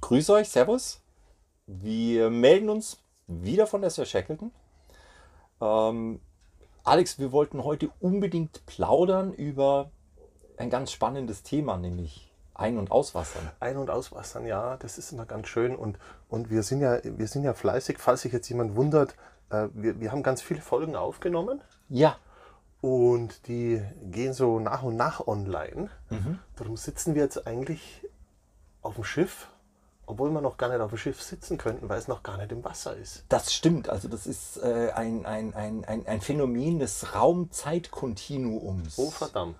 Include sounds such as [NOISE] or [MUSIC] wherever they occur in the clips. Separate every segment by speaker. Speaker 1: Grüße euch, Servus. Wir melden uns wieder von der Sir Shackleton. Ähm, Alex, wir wollten heute unbedingt plaudern über ein ganz spannendes Thema, nämlich Ein- und Auswassern.
Speaker 2: Ein- und Auswassern, ja, das ist immer ganz schön. Und, und wir, sind ja, wir sind ja fleißig, falls sich jetzt jemand wundert. Äh, wir, wir haben ganz viele Folgen aufgenommen
Speaker 1: Ja,
Speaker 2: und die gehen so nach und nach online. Darum sitzen wir jetzt eigentlich auf dem Schiff, obwohl wir noch gar nicht auf dem Schiff sitzen könnten, weil es noch gar nicht im Wasser ist.
Speaker 1: das stimmt. Also das ist äh, ein, ein, ein, ein, ein Phänomen des Raum-Zeit-Kontinuums.
Speaker 2: Oh, verdammt.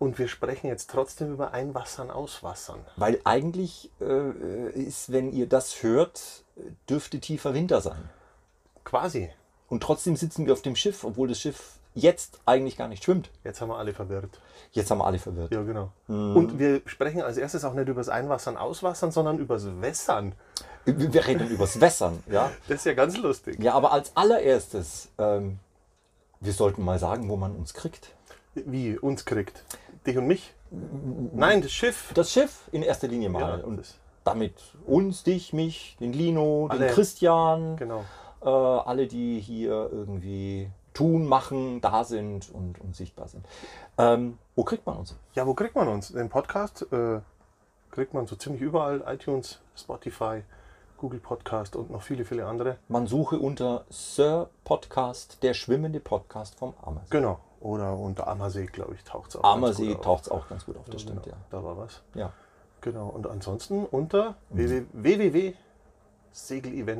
Speaker 2: Und wir sprechen jetzt trotzdem über Einwassern, Auswassern.
Speaker 1: Weil eigentlich äh, ist, wenn ihr das hört, dürfte tiefer Winter sein.
Speaker 2: Quasi.
Speaker 1: Und trotzdem sitzen wir auf dem Schiff, obwohl das Schiff jetzt eigentlich gar nicht schwimmt.
Speaker 2: Jetzt haben wir alle verwirrt.
Speaker 1: Jetzt haben wir alle verwirrt.
Speaker 2: Ja, genau.
Speaker 1: Mhm.
Speaker 2: Und wir sprechen als erstes auch nicht über das Einwassern, Auswassern, sondern über das Wässern.
Speaker 1: Wir reden [LAUGHS] übers Wässern, ja.
Speaker 2: Das ist ja ganz lustig.
Speaker 1: Ja, aber als allererstes, ähm, wir sollten mal sagen, wo man uns kriegt.
Speaker 2: Wie uns kriegt. Dich und mich? Nein, das Schiff.
Speaker 1: Das Schiff in erster Linie mal.
Speaker 2: Ja,
Speaker 1: und
Speaker 2: das-
Speaker 1: damit uns, dich, mich, den Lino, den
Speaker 2: Alle.
Speaker 1: Christian,
Speaker 2: Genau.
Speaker 1: äh, alle, die hier irgendwie tun, machen, da sind und, und sichtbar sind. Ähm, wo kriegt man uns?
Speaker 2: Ja, wo kriegt man uns? Den Podcast äh, kriegt man so ziemlich überall. iTunes, Spotify, Google Podcast und noch viele, viele andere.
Speaker 1: Man suche unter Sir Podcast, der schwimmende Podcast vom Ammersee.
Speaker 2: Genau. Oder unter Ammersee, glaube ich, taucht es auch. ganz
Speaker 1: Ammersee
Speaker 2: gut auf.
Speaker 1: taucht es auch ganz gut auf, das
Speaker 2: Genau,
Speaker 1: stimmt, ja.
Speaker 2: Da war was.
Speaker 1: ja.
Speaker 2: Genau. Und ansonsten unter
Speaker 1: Mhm.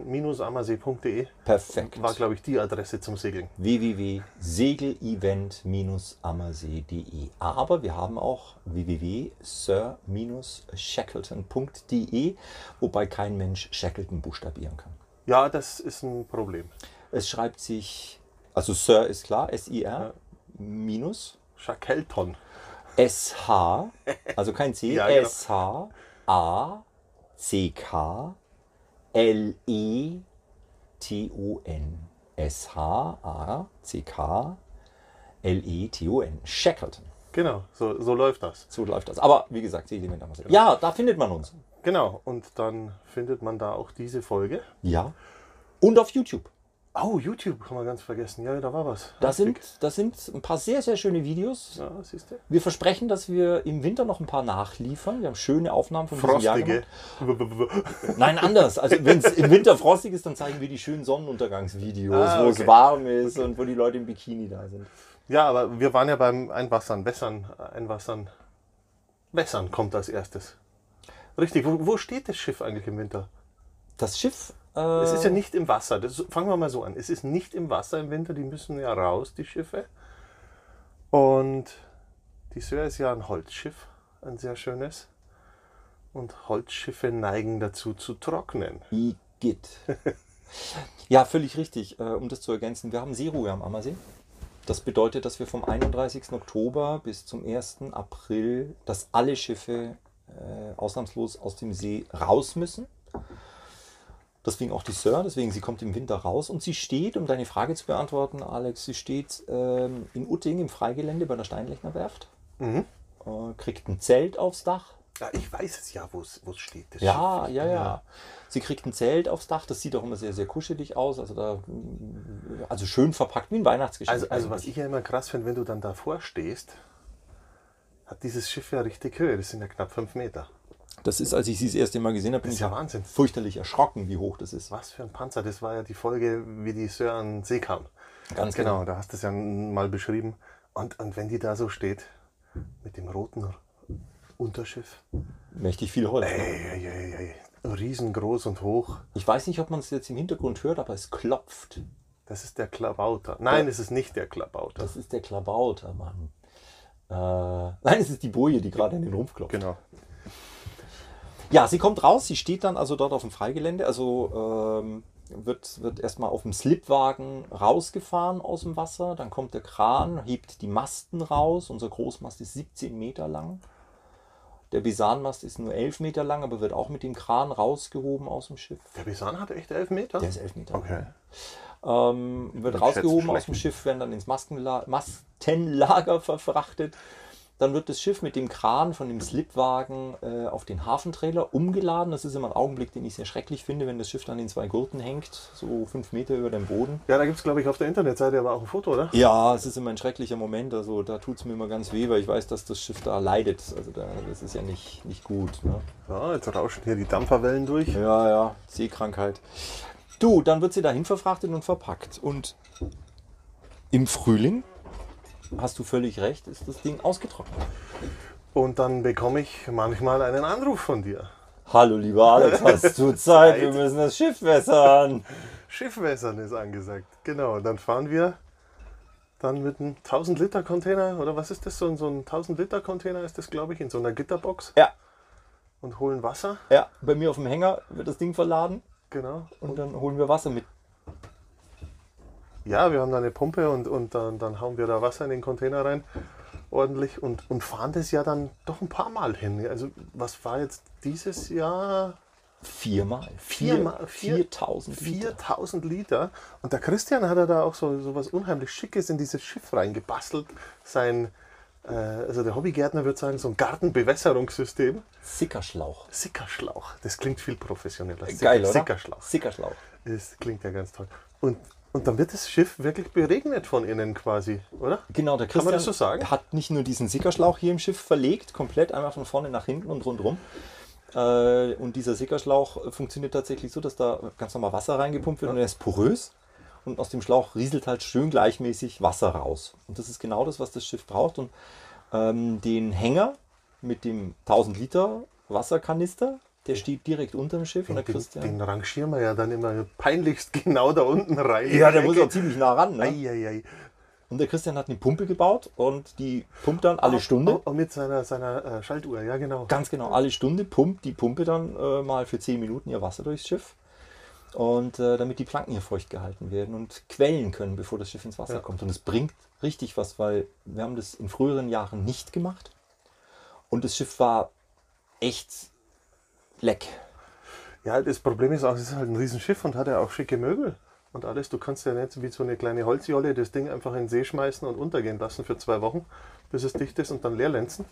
Speaker 2: www.segelevent-ammersee.de
Speaker 1: Perfekt.
Speaker 2: war, glaube ich, die Adresse zum Segeln.
Speaker 1: www.segelevent-ammersee.de. Aber wir haben auch www.sir-shackleton.de, wobei kein Mensch Shackleton buchstabieren kann.
Speaker 2: Ja, das ist ein Problem.
Speaker 1: Es schreibt sich, also Sir ist klar, S-I-R, minus
Speaker 2: Shackleton.
Speaker 1: S-H, also kein C,
Speaker 2: Ja, genau.
Speaker 1: S-H, A, C-K, L-E, T-O-N. S-H, A, C-K, E L-E-T-O-N. Shackleton.
Speaker 2: Genau, so, so läuft das.
Speaker 1: So läuft das. Aber wie gesagt, die Elemente haben wir. Ja, da findet man uns.
Speaker 2: Genau, und dann findet man da auch diese Folge.
Speaker 1: Ja. Und auf YouTube.
Speaker 2: Oh, YouTube haben wir ganz vergessen. Ja, da war was.
Speaker 1: Da sind, da sind ein paar sehr, sehr schöne Videos.
Speaker 2: Ja, siehst du?
Speaker 1: Wir versprechen, dass wir im Winter noch ein paar nachliefern. Wir haben schöne Aufnahmen von diesem Jahr
Speaker 2: Frostige.
Speaker 1: gemacht. Nein, anders. Also wenn es im Winter frostig ist, dann zeigen wir die schönen Sonnenuntergangsvideos,
Speaker 2: Ah,
Speaker 1: wo es
Speaker 2: okay.
Speaker 1: warm ist und wo die Leute im Bikini da sind.
Speaker 2: [LAUGHS] Ja, aber wir waren ja beim Einwassern, Wässern, Einwassern. Wässern kommt als erstes. Richtig, wo, wo steht das Schiff eigentlich im Winter?
Speaker 1: Das Schiff. Äh,
Speaker 2: Es ist ja nicht im Wasser. Das, fangen wir mal so an. Es ist nicht im Wasser im Winter, die müssen ja raus, die Schiffe. Und die Söhr ist ja ein Holzschiff, ein sehr schönes. Und Holzschiffe neigen dazu zu trocknen.
Speaker 1: Igitt. [LAUGHS] Ja, völlig richtig. Äh, um das zu ergänzen, wir haben Seeruhe am Ammersee. Das bedeutet, dass wir vom 31. Oktober bis zum 1. April, dass alle Schiffe äh, ausnahmslos aus dem See raus müssen. Deswegen auch die Sir, deswegen sie kommt im Winter raus und sie steht, um deine Frage zu beantworten, Alex, sie steht ähm, in Utting im Freigelände bei der Steinlechner Werft,
Speaker 2: Mhm.
Speaker 1: äh, kriegt ein Zelt aufs Dach,
Speaker 2: Ja, ich weiß es ja, wo es wo es steht. Das
Speaker 1: ja,
Speaker 2: Schiff. genau.
Speaker 1: ja, ja. Sie kriegt ein Zelt aufs Dach, das sieht auch immer sehr, sehr kuschelig aus. Also da, also schön verpackt wie ein Weihnachtsgeschenk.
Speaker 2: Also, also was
Speaker 1: eigentlich.
Speaker 2: ich ja immer krass finde, wenn du dann davor stehst, hat dieses Schiff ja richtig Höhe. Das sind ja knapp fünf Meter.
Speaker 1: Das ist, als ich sie das erste Mal gesehen habe, bin
Speaker 2: Das
Speaker 1: ich
Speaker 2: ist ja Wahnsinn.
Speaker 1: fürchterlich erschrocken, wie hoch das ist.
Speaker 2: Was für ein Panzer. Das war ja die Folge, wie die Söhr an den See kam.
Speaker 1: Ganz
Speaker 2: Genau, da hast du es ja mal beschrieben. Und, und wenn die da so steht, mit dem roten Unterschiff,
Speaker 1: Mächtig viel Holz.
Speaker 2: ey, ey, ey, ey, riesengroß und hoch,
Speaker 1: Ich weiß nicht, ob man es jetzt im Hintergrund hört, aber es klopft.
Speaker 2: das ist der Klabauter. Nein, es ist nicht der Klabauter.
Speaker 1: Das ist der Klabauter, Mann. [LAUGHS] Äh, nein, es ist die Boje, die gerade in den Rumpf klopft.
Speaker 2: Genau.
Speaker 1: Ja, sie kommt raus, sie steht dann also dort auf dem Freigelände, also ähm, wird, wird erstmal auf dem Slipwagen rausgefahren aus dem Wasser, dann kommt der Kran, hebt die Masten raus, unser Großmast ist 17 Meter lang, der Besanmast ist nur 11 Meter lang, aber wird auch mit dem Kran rausgehoben aus dem Schiff.
Speaker 2: Der Bisan hat echt elf Meter?
Speaker 1: Der ist 11 Meter.
Speaker 2: Okay.
Speaker 1: Ähm, wird
Speaker 2: Ich
Speaker 1: rausgehoben
Speaker 2: schätze
Speaker 1: aus dem Schiff, werden dann ins Maskenla Mastenlager [LAUGHS] verfrachtet. Dann wird das Schiff mit dem Kran von dem Slipwagen äh, auf den Hafentrailer umgeladen. Das ist immer ein Augenblick, den ich sehr schrecklich finde, wenn das Schiff dann in zwei Gurten hängt, so fünf Meter über dem Boden.
Speaker 2: Ja, da gibt es, glaube ich, auf der Internetseite aber auch ein Foto, oder?
Speaker 1: Ja, es ist immer ein schrecklicher Moment. Also da tut es mir immer ganz weh, weil ich weiß, dass das Schiff da leidet. Also da, das ist ja nicht, nicht gut. Ne?
Speaker 2: Ja, jetzt rauschen hier die Dampferwellen durch.
Speaker 1: Ja, ja, Seekrankheit. Du, dann wird sie dahin verfrachtet und verpackt. Und im Frühling, hast du völlig recht, ist das Ding ausgetrocknet.
Speaker 2: Und dann bekomme ich manchmal einen Anruf von dir.
Speaker 1: Hallo, lieber
Speaker 2: [LAUGHS]
Speaker 1: Alex, hast du Zeit? Wir müssen das Schiff wässern.
Speaker 2: Schiffwässern ist angesagt. Genau, dann fahren wir dann mit einem 1000-Liter-Container, oder was ist das? So ein, so ein 1000-Liter-Container ist das, glaube ich, in so einer Gitterbox
Speaker 1: Ja,
Speaker 2: und holen Wasser.
Speaker 1: ja, bei mir auf dem Hänger wird das Ding verladen
Speaker 2: Genau.
Speaker 1: und dann holen wir Wasser mit.
Speaker 2: Ja, wir haben da eine Pumpe und, und dann, dann hauen wir da Wasser in den Container rein. Ordentlich und, und fahren das ja dann doch ein paar Mal hin. Also, was war jetzt dieses Jahr?
Speaker 1: Viermal.
Speaker 2: Viermal? Vier-
Speaker 1: 4000 Liter.
Speaker 2: 4000 Liter. Und der Christian hat ja da auch so, so was unheimlich Schickes in dieses Schiff reingebastelt. Sein, äh, also der Hobbygärtner würde sagen, so ein Gartenbewässerungssystem.
Speaker 1: Sickerschlauch.
Speaker 2: Sickerschlauch. Das klingt viel professioneller. Sicker-
Speaker 1: Geil, oder?
Speaker 2: Sickerschlauch.
Speaker 1: Sickerschlauch.
Speaker 2: Das klingt ja ganz toll. Und, und dann wird das Schiff wirklich beregnet von innen quasi, oder?
Speaker 1: Genau, der
Speaker 2: Kann
Speaker 1: Christian
Speaker 2: man das so sagen?
Speaker 1: hat nicht nur diesen Sickerschlauch hier im Schiff verlegt, komplett einmal von vorne nach hinten und rundherum. Äh, Und dieser Sickerschlauch funktioniert tatsächlich so, dass da ganz normal Wasser reingepumpt wird und er ist porös. Und aus dem Schlauch rieselt halt schön gleichmäßig Wasser raus. Und das ist genau das, was das Schiff braucht. Und ähm, den Hänger mit dem 1000 Liter Wasserkanister, der steht direkt unter dem Schiff. Und der
Speaker 2: Den,
Speaker 1: Christian.
Speaker 2: den rangieren wir ja dann immer peinlichst genau da unten rein.
Speaker 1: ja, der muss auch ziemlich nah ran. Ne?
Speaker 2: Eieiei.
Speaker 1: Und der Christian hat eine Pumpe gebaut und die pumpt dann alle Stunde.
Speaker 2: Oh, oh, mit seiner, seiner äh, Schaltuhr, ja genau.
Speaker 1: Ganz genau, alle Stunde pumpt die Pumpe dann äh, mal für 10 Minuten ihr Wasser durchs Schiff. Und äh, damit die Planken hier feucht gehalten werden und quellen können, bevor das Schiff ins Wasser
Speaker 2: Ja.
Speaker 1: kommt. Und es bringt richtig was, weil wir haben das in früheren Jahren nicht gemacht. Und das Schiff war echt leck.
Speaker 2: Ja, das Problem ist auch, es ist halt ein Riesenschiff und hat ja auch schicke Möbel und alles. Du kannst ja nicht wie so eine kleine Holzjolle das Ding einfach in den See schmeißen und untergehen lassen für zwei Wochen, bis es dicht ist und dann leer lenzen.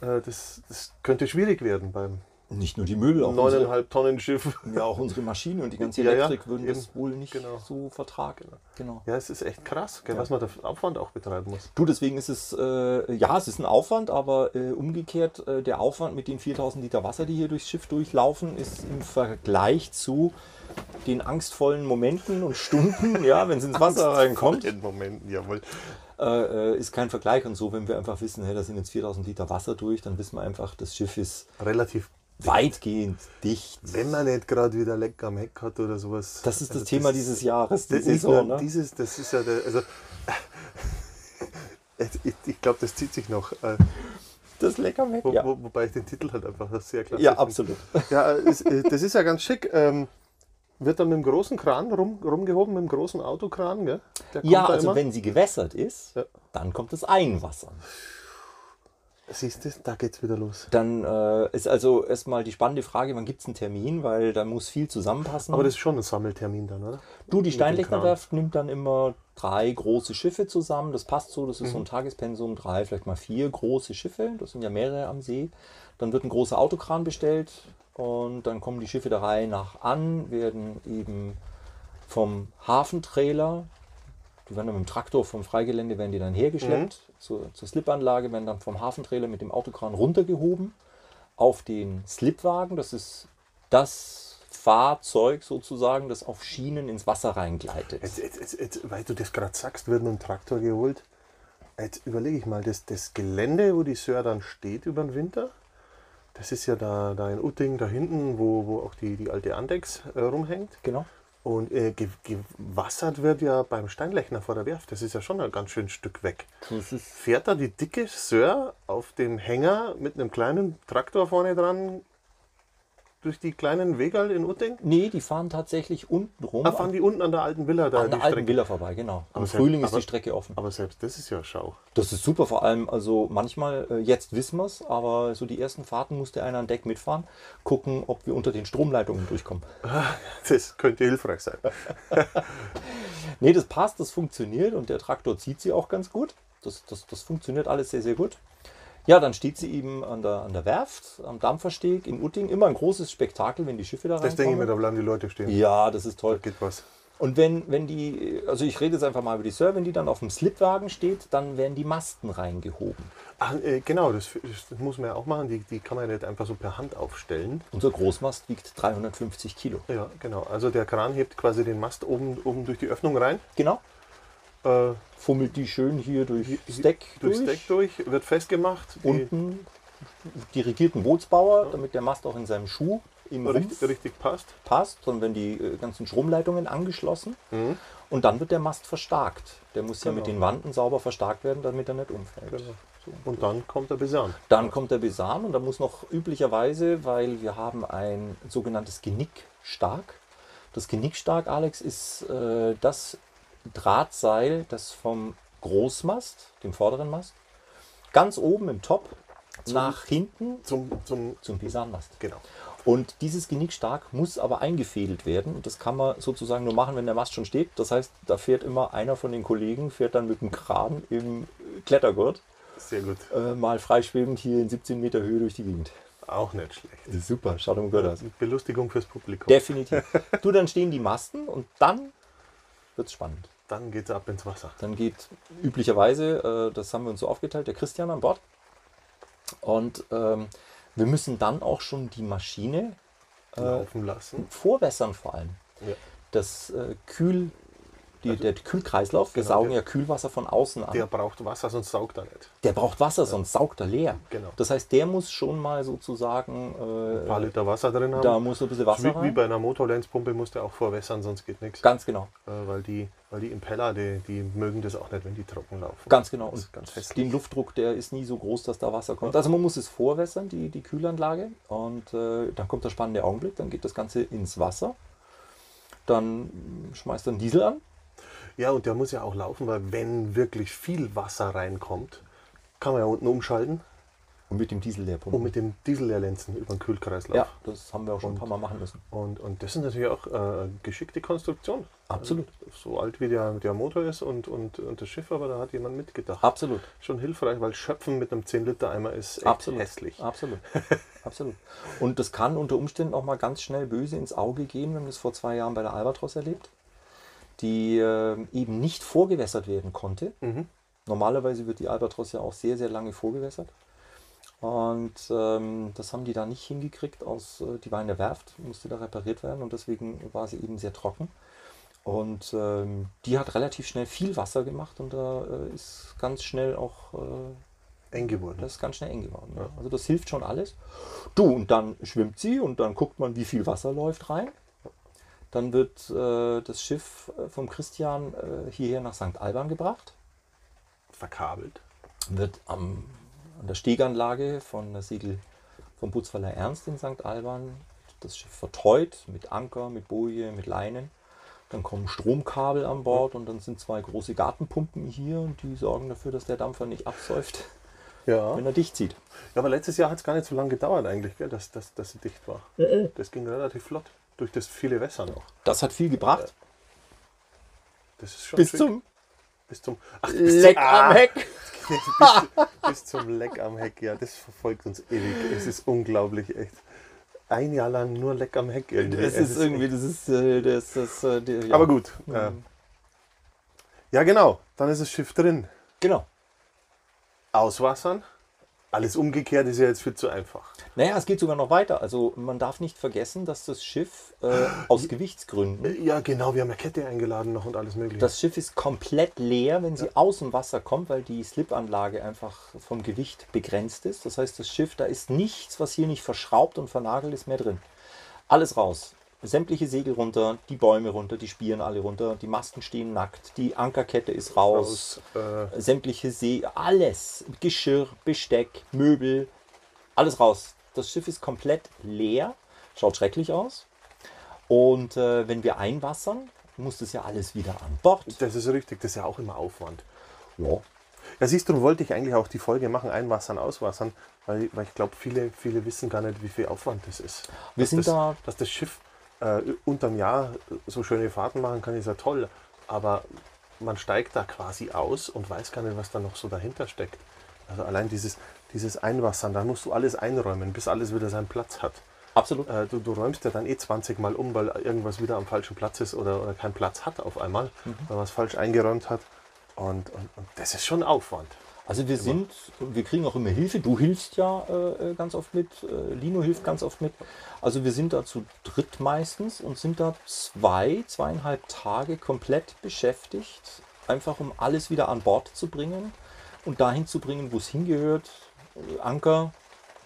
Speaker 2: Äh, Das, das könnte schwierig werden beim
Speaker 1: Nicht nur die Möbel, auch, unsere,
Speaker 2: 9,5 Tonnen Schiff.
Speaker 1: ja, auch unsere Maschine und die ganze
Speaker 2: Ja, ja,
Speaker 1: Elektrik würden das
Speaker 2: eben.
Speaker 1: wohl nicht
Speaker 2: Genau.
Speaker 1: so vertragen. Genau.
Speaker 2: Ja, es ist echt krass, gell, was man da für Aufwand auch betreiben muss.
Speaker 1: Du, deswegen ist es, äh, ja, es ist ein Aufwand, aber äh, umgekehrt, äh, der Aufwand mit den 4000 Liter Wasser, die hier durchs Schiff durchlaufen, ist im Vergleich zu den angstvollen Momenten und Stunden, ja, wenn es
Speaker 2: [LAUGHS]
Speaker 1: ins Wasser reinkommt,
Speaker 2: In Momenten, jawohl.
Speaker 1: äh, äh, ist kein Vergleich. Und so, wenn wir einfach wissen, hey, da sind jetzt 4000 Liter Wasser durch, dann wissen wir einfach, das Schiff ist
Speaker 2: Relativ.
Speaker 1: weitgehend dicht.
Speaker 2: Wenn man nicht gerade wieder Leck am Heck hat oder sowas.
Speaker 1: Das ist das
Speaker 2: Also
Speaker 1: Thema dieses Jahres, die
Speaker 2: Das ist
Speaker 1: Saison,
Speaker 2: nur
Speaker 1: ne?
Speaker 2: dieses, das ist ja der, also [LAUGHS] ich, ich glaube, das zieht sich noch. Äh,
Speaker 1: Das lecker weg,
Speaker 2: Wo,
Speaker 1: ja.
Speaker 2: wo, wobei ich den Titel halt einfach sehr klasse
Speaker 1: Ja,
Speaker 2: finde.
Speaker 1: absolut.
Speaker 2: Ja, äh, ist, äh, das ist ja ganz schick. Ähm, wird dann mit dem großen Kran rum, rumgehoben, mit dem großen Autokran, gell? Der kommt
Speaker 1: Ja,
Speaker 2: da
Speaker 1: also
Speaker 2: immer.
Speaker 1: wenn sie gewässert ist,
Speaker 2: Ja.
Speaker 1: dann kommt das Einwasser.
Speaker 2: Siehst du, da geht's wieder los.
Speaker 1: Dann äh, ist also erstmal die spannende Frage, wann gibt es einen Termin, weil da muss viel zusammenpassen.
Speaker 2: Aber das ist schon ein Sammeltermin dann, oder?
Speaker 1: du, die
Speaker 2: mit dem Kran.
Speaker 1: Steinlechnerwerft nimmt dann immer drei große Schiffe zusammen. Das passt so, das ist
Speaker 2: Mhm.
Speaker 1: so ein Tagespensum, drei, vielleicht mal vier große Schiffe. Das sind ja mehrere am See. Dann wird ein großer Autokran bestellt und dann kommen die Schiffe der Reihe nach an, werden eben vom Hafentrailer, die werden dann mit dem Traktor vom Freigelände, werden die dann hergeschleppt
Speaker 2: Mhm.
Speaker 1: zur, zur Slipanlage, werden dann vom Hafentrailer mit dem Autokran runtergehoben auf den Slipwagen. Das ist das Fahrzeug sozusagen, das auf Schienen ins Wasser reingleitet.
Speaker 2: Jetzt, jetzt, jetzt, jetzt, weil du das gerade sagst, wird mit dem Traktor geholt. Jetzt überlege ich mal, das, das Gelände, wo die Sör dann steht über den Winter, das ist ja da, da in Utting, da hinten, wo, wo auch die, die alte Andex äh, rumhängt.
Speaker 1: Genau.
Speaker 2: Und äh, ge- gewassert wird ja beim Steinlechner vor der Werft. Das ist ja schon ein ganz schön Stück weg.
Speaker 1: Das ist
Speaker 2: Fährt da die dicke Sör auf dem Hänger mit einem kleinen Traktor vorne dran durch die kleinen Wegerl in Utting?
Speaker 1: Nee, die fahren tatsächlich unten rum.
Speaker 2: Da fahren die unten an der alten Villa
Speaker 1: an
Speaker 2: da
Speaker 1: der
Speaker 2: die
Speaker 1: alten
Speaker 2: Strecke.
Speaker 1: Villa vorbei, genau. Am
Speaker 2: Aber-
Speaker 1: Frühling ist
Speaker 2: aber-
Speaker 1: die Strecke offen.
Speaker 2: Aber selbst das ist ja Schau.
Speaker 1: Das ist super, vor allem, also manchmal, äh, jetzt wissen wir es, aber so die ersten Fahrten musste einer an Deck mitfahren, gucken, ob wir unter den Stromleitungen durchkommen.
Speaker 2: Das könnte hilfreich sein.
Speaker 1: Nee, das passt, das funktioniert und der Traktor zieht sie auch ganz gut. Das, das, das funktioniert alles sehr, sehr gut. Ja, dann steht sie eben an der, an der Werft, am Dampfersteg in Utting. Immer ein großes Spektakel, wenn die Schiffe da
Speaker 2: Das denke ich mir,
Speaker 1: reinkommen.
Speaker 2: da bleiben die Leute stehen.
Speaker 1: ja, das ist toll.
Speaker 2: Geht was.
Speaker 1: Und wenn, wenn die, also ich rede jetzt einfach mal über die Sir, wenn die dann auf dem Slipwagen steht, dann werden die Masten reingehoben.
Speaker 2: Ach, äh, genau, das, das muss man ja auch machen. Die, die kann man ja nicht einfach so per Hand aufstellen.
Speaker 1: Unser Großmast wiegt 350 Kilo.
Speaker 2: Ja, genau. Also der Kran hebt quasi den Mast oben, oben durch die Öffnung rein,
Speaker 1: Genau.
Speaker 2: äh,
Speaker 1: Fummelt die schön hier durch
Speaker 2: hier-
Speaker 1: Stack
Speaker 2: durchs
Speaker 1: durch.
Speaker 2: Deck durch, wird festgemacht. Die-
Speaker 1: Unten dirigiert ein Bootsbauer, damit der Mast auch in seinem Schuh im
Speaker 2: richtig,
Speaker 1: Rumpf
Speaker 2: richtig passt.
Speaker 1: passt, dann werden die äh, ganzen Stromleitungen angeschlossen und dann wird der Mast verstärkt. Der muss ja mit den Wanden sauber verstärkt werden, damit er nicht umfällt.
Speaker 2: Genau.
Speaker 1: So.
Speaker 2: Und dann kommt der Besan.
Speaker 1: Dann kommt der Besan und da muss noch üblicherweise, weil wir haben ein sogenanntes Genickstark. Das Genickstark, Alex, ist äh, das Drahtseil, das vom Großmast, dem vorderen Mast, ganz oben im Top nach hinten
Speaker 2: Zum, zum,
Speaker 1: zum Besanmast.
Speaker 2: genau.
Speaker 1: Und dieses Genickstark muss aber eingefädelt werden. Und das kann man sozusagen nur machen, wenn der Mast schon steht. Das heißt, da fährt immer einer von den Kollegen, fährt dann mit dem Kran im Klettergurt
Speaker 2: Sehr gut.
Speaker 1: äh, mal freischwebend hier in 17 Meter Höhe durch die Gegend.
Speaker 2: Auch nicht schlecht.
Speaker 1: Das ist super, schaut um Gott aus.
Speaker 2: Also. Belustigung fürs
Speaker 1: [LAUGHS]
Speaker 2: Publikum.
Speaker 1: Definitiv. du, dann stehen die Masten und dann wird's spannend.
Speaker 2: Dann geht's ab ins Wasser.
Speaker 1: Dann geht üblicherweise, äh, das haben wir uns so aufgeteilt, der Christian an Bord. Und ähm, wir müssen dann auch schon die Maschine
Speaker 2: Laufen lassen.
Speaker 1: vorwässern vor allem.
Speaker 2: Ah. Ja.
Speaker 1: Das äh, Kühl, die, der Kühlkreislauf, wir
Speaker 2: Also Genau,
Speaker 1: saugen
Speaker 2: der-
Speaker 1: ja Kühlwasser von außen an.
Speaker 2: Der
Speaker 1: Der,
Speaker 2: braucht Wasser, sonst saugt er nicht.
Speaker 1: braucht Wasser, sonst saugt er leer.
Speaker 2: Genau.
Speaker 1: Das heißt, der muss schon mal sozusagen,
Speaker 2: Ein paar
Speaker 1: äh,
Speaker 2: Liter Wasser drin haben.
Speaker 1: da muss ein bisschen
Speaker 2: wie,
Speaker 1: Wasser
Speaker 2: wie
Speaker 1: rein.
Speaker 2: bei einer Motorlenzpumpe muss der auch vorwässern, sonst geht nichts. Äh,
Speaker 1: Ganz genau,
Speaker 2: weil, die, weil die Impeller, die, die mögen das auch nicht, wenn die trocken laufen.
Speaker 1: ganz genau.
Speaker 2: Das
Speaker 1: Und
Speaker 2: ist ganz hässlich.
Speaker 1: den Luftdruck, der ist nie so groß, dass da Wasser kommt. Also man muss es vorwässern, die, die Kühlanlage. Und äh, dann kommt der spannende Augenblick, dann geht das Ganze ins Wasser. Dann schmeißt er einen Diesel an.
Speaker 2: Ja, und der muss ja auch laufen, weil wenn wirklich viel Wasser reinkommt, kann man ja unten umschalten
Speaker 1: Und mit dem Diesel leer
Speaker 2: und
Speaker 1: pumpen.
Speaker 2: mit dem Diesel erlenzen über den Kühlkreislauf.
Speaker 1: ja, das haben wir auch schon ein paar Mal machen müssen.
Speaker 2: Und, und das ist natürlich auch äh, geschickte Konstruktion.
Speaker 1: Absolut.
Speaker 2: Also, so alt wie der, der Motor ist und, und, und das Schiff, aber da hat jemand mitgedacht.
Speaker 1: Absolut.
Speaker 2: Schon hilfreich, weil Schöpfen mit einem 10-Liter-Eimer ist echt
Speaker 1: Absolut.
Speaker 2: hässlich. [LAUGHS]
Speaker 1: Absolut. Absolut. Und das kann unter Umständen auch mal ganz schnell böse ins Auge gehen. Wir haben das vor zwei Jahren bei der Albatros erlebt, die äh, eben nicht vorgewässert werden konnte.
Speaker 2: Mhm.
Speaker 1: Normalerweise wird die Albatros ja auch sehr, sehr lange vorgewässert. Und ähm, das haben die da nicht hingekriegt. Aus, äh, die war in der Werft, musste da repariert werden und deswegen war sie eben sehr trocken. Und ähm, die hat relativ schnell viel Wasser gemacht und da äh, ist ganz schnell auch äh,
Speaker 2: Eng geworden.
Speaker 1: das ist ganz schnell eng geworden. Ja. Also das hilft schon alles. Du, und dann schwimmt sie und dann guckt man, wie viel Wasser läuft rein. Dann wird äh, das Schiff äh, vom Christian äh, hierher nach St. Alban gebracht,
Speaker 2: verkabelt.
Speaker 1: wird am, an der Steganlage von der Segel vom Bootsverleih Ernst in St. Alban das Schiff verteut mit Anker, mit Boje, mit Leinen. Dann kommen Stromkabel an Bord und dann sind zwei große Gartenpumpen hier und die sorgen dafür, dass der Dampfer nicht absäuft,
Speaker 2: Ja.
Speaker 1: wenn er dicht zieht.
Speaker 2: Ja, aber letztes Jahr hat es gar nicht so lange gedauert eigentlich, gell, dass, dass, dass sie dicht war. Das ging relativ flott. Durch das viele Wässern auch.
Speaker 1: Das hat viel gebracht.
Speaker 2: Das ist schon
Speaker 1: bis
Speaker 2: schick.
Speaker 1: zum
Speaker 2: bis zum ach, bis zum-
Speaker 1: Leck
Speaker 2: ah,
Speaker 1: am Heck.
Speaker 2: bis, bis zum Leck am Heck, ja, das verfolgt uns ewig. Es ist unglaublich, echt. Ein Jahr lang nur Leck am Heck irgendwie.
Speaker 1: Das
Speaker 2: Es
Speaker 1: ist irgendwie, das ist, äh, das, das, äh, die-
Speaker 2: echt-
Speaker 1: ja.
Speaker 2: Aber gut. Äh, ja, genau. Dann ist das Schiff drin.
Speaker 1: Genau.
Speaker 2: Auswassern. Alles umgekehrt ist ja jetzt viel zu einfach.
Speaker 1: Naja, es geht sogar noch weiter. Also man darf nicht vergessen, dass das Schiff äh, aus Gewichtsgründen,
Speaker 2: Ja, genau. Wir haben eine Kette eingeladen noch und alles Mögliche.
Speaker 1: das Schiff ist komplett leer, wenn sie aus dem Wasser kommt, weil die Slipanlage einfach vom Gewicht begrenzt ist. Das heißt, das Schiff, da ist nichts, was hier nicht verschraubt und vernagelt ist, mehr drin. Alles raus. Sämtliche Segel runter, die Bäume runter, die Spieren alle runter, die Masten stehen nackt, die Ankerkette ist raus.
Speaker 2: äh,
Speaker 1: sämtliche See, alles, Geschirr, Besteck, Möbel, alles raus. Das Schiff ist komplett leer. Schaut schrecklich aus. Und äh, wenn wir einwassern, muss das ja alles wieder an Bord.
Speaker 2: Das ist richtig, das ist ja auch immer Aufwand.
Speaker 1: Ja.
Speaker 2: Ja, siehst du, wollte ich eigentlich auch die Folge machen, einwassern, auswassern, weil, weil ich glaube, viele, viele wissen gar nicht, wie viel Aufwand das ist.
Speaker 1: Wir
Speaker 2: dass
Speaker 1: sind
Speaker 2: das,
Speaker 1: da-
Speaker 2: Dass das Schiff äh, unterm Jahr so schöne Fahrten machen kann, ist ja toll, aber man steigt da quasi aus und weiß gar nicht, was da noch so dahinter steckt. Also allein dieses, dieses Einwassern, da musst du alles einräumen, bis alles wieder seinen Platz hat.
Speaker 1: Absolut.
Speaker 2: Äh, du, du räumst ja dann eh 20 Mal um, weil irgendwas wieder am falschen Platz ist oder, oder keinen Platz hat auf einmal,
Speaker 1: Mhm.
Speaker 2: weil man es falsch eingeräumt hat. Und, und, und das ist schon Aufwand.
Speaker 1: Also wir sind, wir kriegen auch immer Hilfe. Du hilfst ja äh, äh, ganz oft mit, äh, Lino hilft ganz oft mit. Also wir sind da zu dritt meistens und sind da zwei, zweieinhalb Tage komplett beschäftigt, einfach um alles wieder an Bord zu bringen und dahin zu bringen, wo es hingehört. Äh, Anker,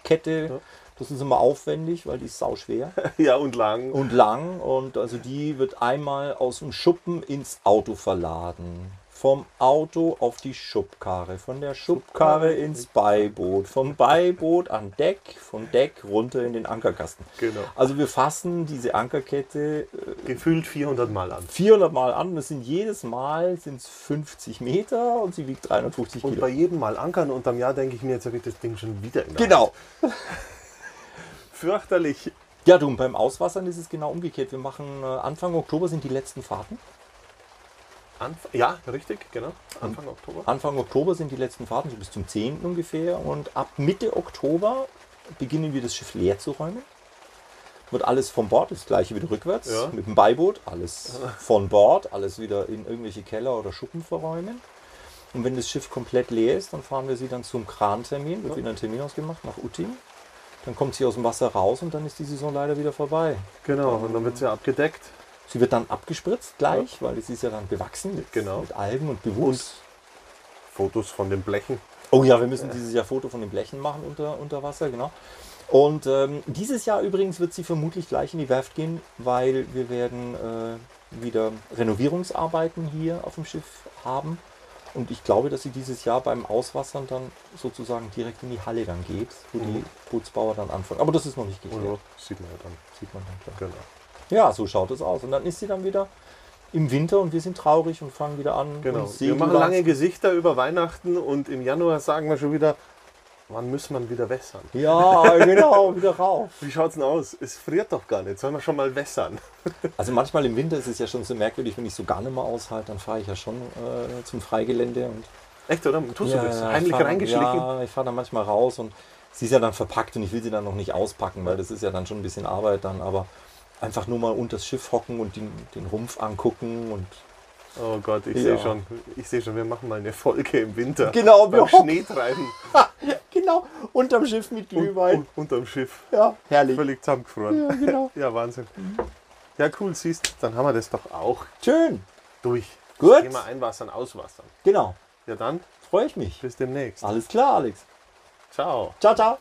Speaker 1: Kette, das ist immer aufwendig, weil die ist sau schwer
Speaker 2: Ja, und lang.
Speaker 1: und lang und also die wird einmal aus dem Schuppen ins Auto verladen. Vom Auto auf die Schubkarre, von der Schubkarre ins Beiboot, vom Beiboot an Deck, von Deck runter in den Ankerkasten.
Speaker 2: Genau.
Speaker 1: Also wir fassen diese Ankerkette äh,
Speaker 2: Gefühlt 400 Mal an.
Speaker 1: 400 Mal an und es sind jedes Mal sind's 50 Meter und sie wiegt 350
Speaker 2: Und
Speaker 1: Kilo.
Speaker 2: bei jedem Mal ankern unterm Jahr denke ich mir, jetzt habe ich das Ding schon wieder in der
Speaker 1: Genau.
Speaker 2: Hand. Fürchterlich.
Speaker 1: Ja, du, und beim Auswassern ist es genau umgekehrt. Wir machen äh, Anfang Oktober sind die letzten Fahrten.
Speaker 2: Anf ja, richtig, genau. Anfang Oktober.
Speaker 1: Anfang Oktober sind die letzten Fahrten, so bis zum 10. ungefähr. Und ab Mitte Oktober beginnen wir das Schiff leer zu räumen. Wird alles von Bord, das gleiche wieder rückwärts,
Speaker 2: Ja.
Speaker 1: mit dem Beiboot, alles von Bord, alles wieder in irgendwelche Keller oder Schuppen verräumen. Und wenn das Schiff komplett leer ist, dann fahren wir sie dann zum Krantermin, wird wieder ein Termin ausgemacht, nach Utting. Dann kommt sie aus dem Wasser raus und dann ist die Saison leider wieder vorbei.
Speaker 2: Genau, und dann wird es ja abgedeckt.
Speaker 1: Sie wird dann abgespritzt gleich, weil es ist ja dann bewachsen mit,
Speaker 2: Genau.
Speaker 1: mit Algen und Bewuchs.
Speaker 2: Fotos von den Blechen.
Speaker 1: Oh ja, wir müssen dieses Jahr Foto von den Blechen machen unter, unter Wasser, genau. Und ähm, dieses Jahr übrigens wird sie vermutlich gleich in die Werft gehen, weil wir werden äh, wieder Renovierungsarbeiten hier auf dem Schiff haben. Und ich glaube, dass sie dieses Jahr beim Auswassern dann sozusagen direkt in die Halle dann geht, wo
Speaker 2: Mhm.
Speaker 1: die Bootsbauer dann anfangen. Aber das ist noch nicht geklärt,
Speaker 2: Ja, sieht man ja dann.
Speaker 1: sieht man dann klar.
Speaker 2: Genau.
Speaker 1: Ja, so schaut es aus. Und dann ist sie dann wieder im Winter und wir sind traurig und fangen wieder an.
Speaker 2: Genau.
Speaker 1: uns
Speaker 2: Wir machen
Speaker 1: Segelwachs-
Speaker 2: lange Gesichter über Weihnachten und im Januar sagen wir schon wieder, wann muss man wieder wässern?
Speaker 1: Ja, [LAUGHS] genau, wieder rauf.
Speaker 2: Wie schaut's denn aus? Es friert doch gar nicht. Sollen wir schon mal wässern?
Speaker 1: Also manchmal im Winter ist es ja schon so merkwürdig, wenn ich so gar nicht mehr aushalte, dann fahre ich ja schon äh, zum Freigelände und
Speaker 2: Echt, oder? Tust
Speaker 1: ja,
Speaker 2: du das?
Speaker 1: ja, ich
Speaker 2: Heimlich
Speaker 1: fahr dann-
Speaker 2: reingeschlichen?
Speaker 1: Ja, ich fahre dann manchmal raus und sie ist ja dann verpackt und ich will sie dann noch nicht auspacken, weil das ist ja dann schon ein bisschen Arbeit dann, aber einfach nur mal unters Schiff hocken und den, den Rumpf angucken und
Speaker 2: Oh Gott, ich
Speaker 1: Ja.
Speaker 2: sehe schon. Ich sehe schon, wir machen mal eine Folge im Winter.
Speaker 1: Genau, wir
Speaker 2: Beim
Speaker 1: hocken.
Speaker 2: Schneetreiben [LAUGHS]
Speaker 1: [LAUGHS] genau, unterm Schiff mit
Speaker 2: und, und unterm Schiff.
Speaker 1: Ja, herrlich.
Speaker 2: Völlig zusammengefroren. [LAUGHS] Ja,
Speaker 1: genau.
Speaker 2: Wahnsinn. Ja, cool, siehst dann haben wir das doch auch
Speaker 1: Schön.
Speaker 2: durch.
Speaker 1: Gut.
Speaker 2: Thema Einwassern, Auswassern.
Speaker 1: Genau.
Speaker 2: Ja dann,
Speaker 1: Freue ich mich. Ah.
Speaker 2: bis demnächst.
Speaker 1: Alles klar, Alex.
Speaker 2: Ciao.
Speaker 1: Ciao, ciao.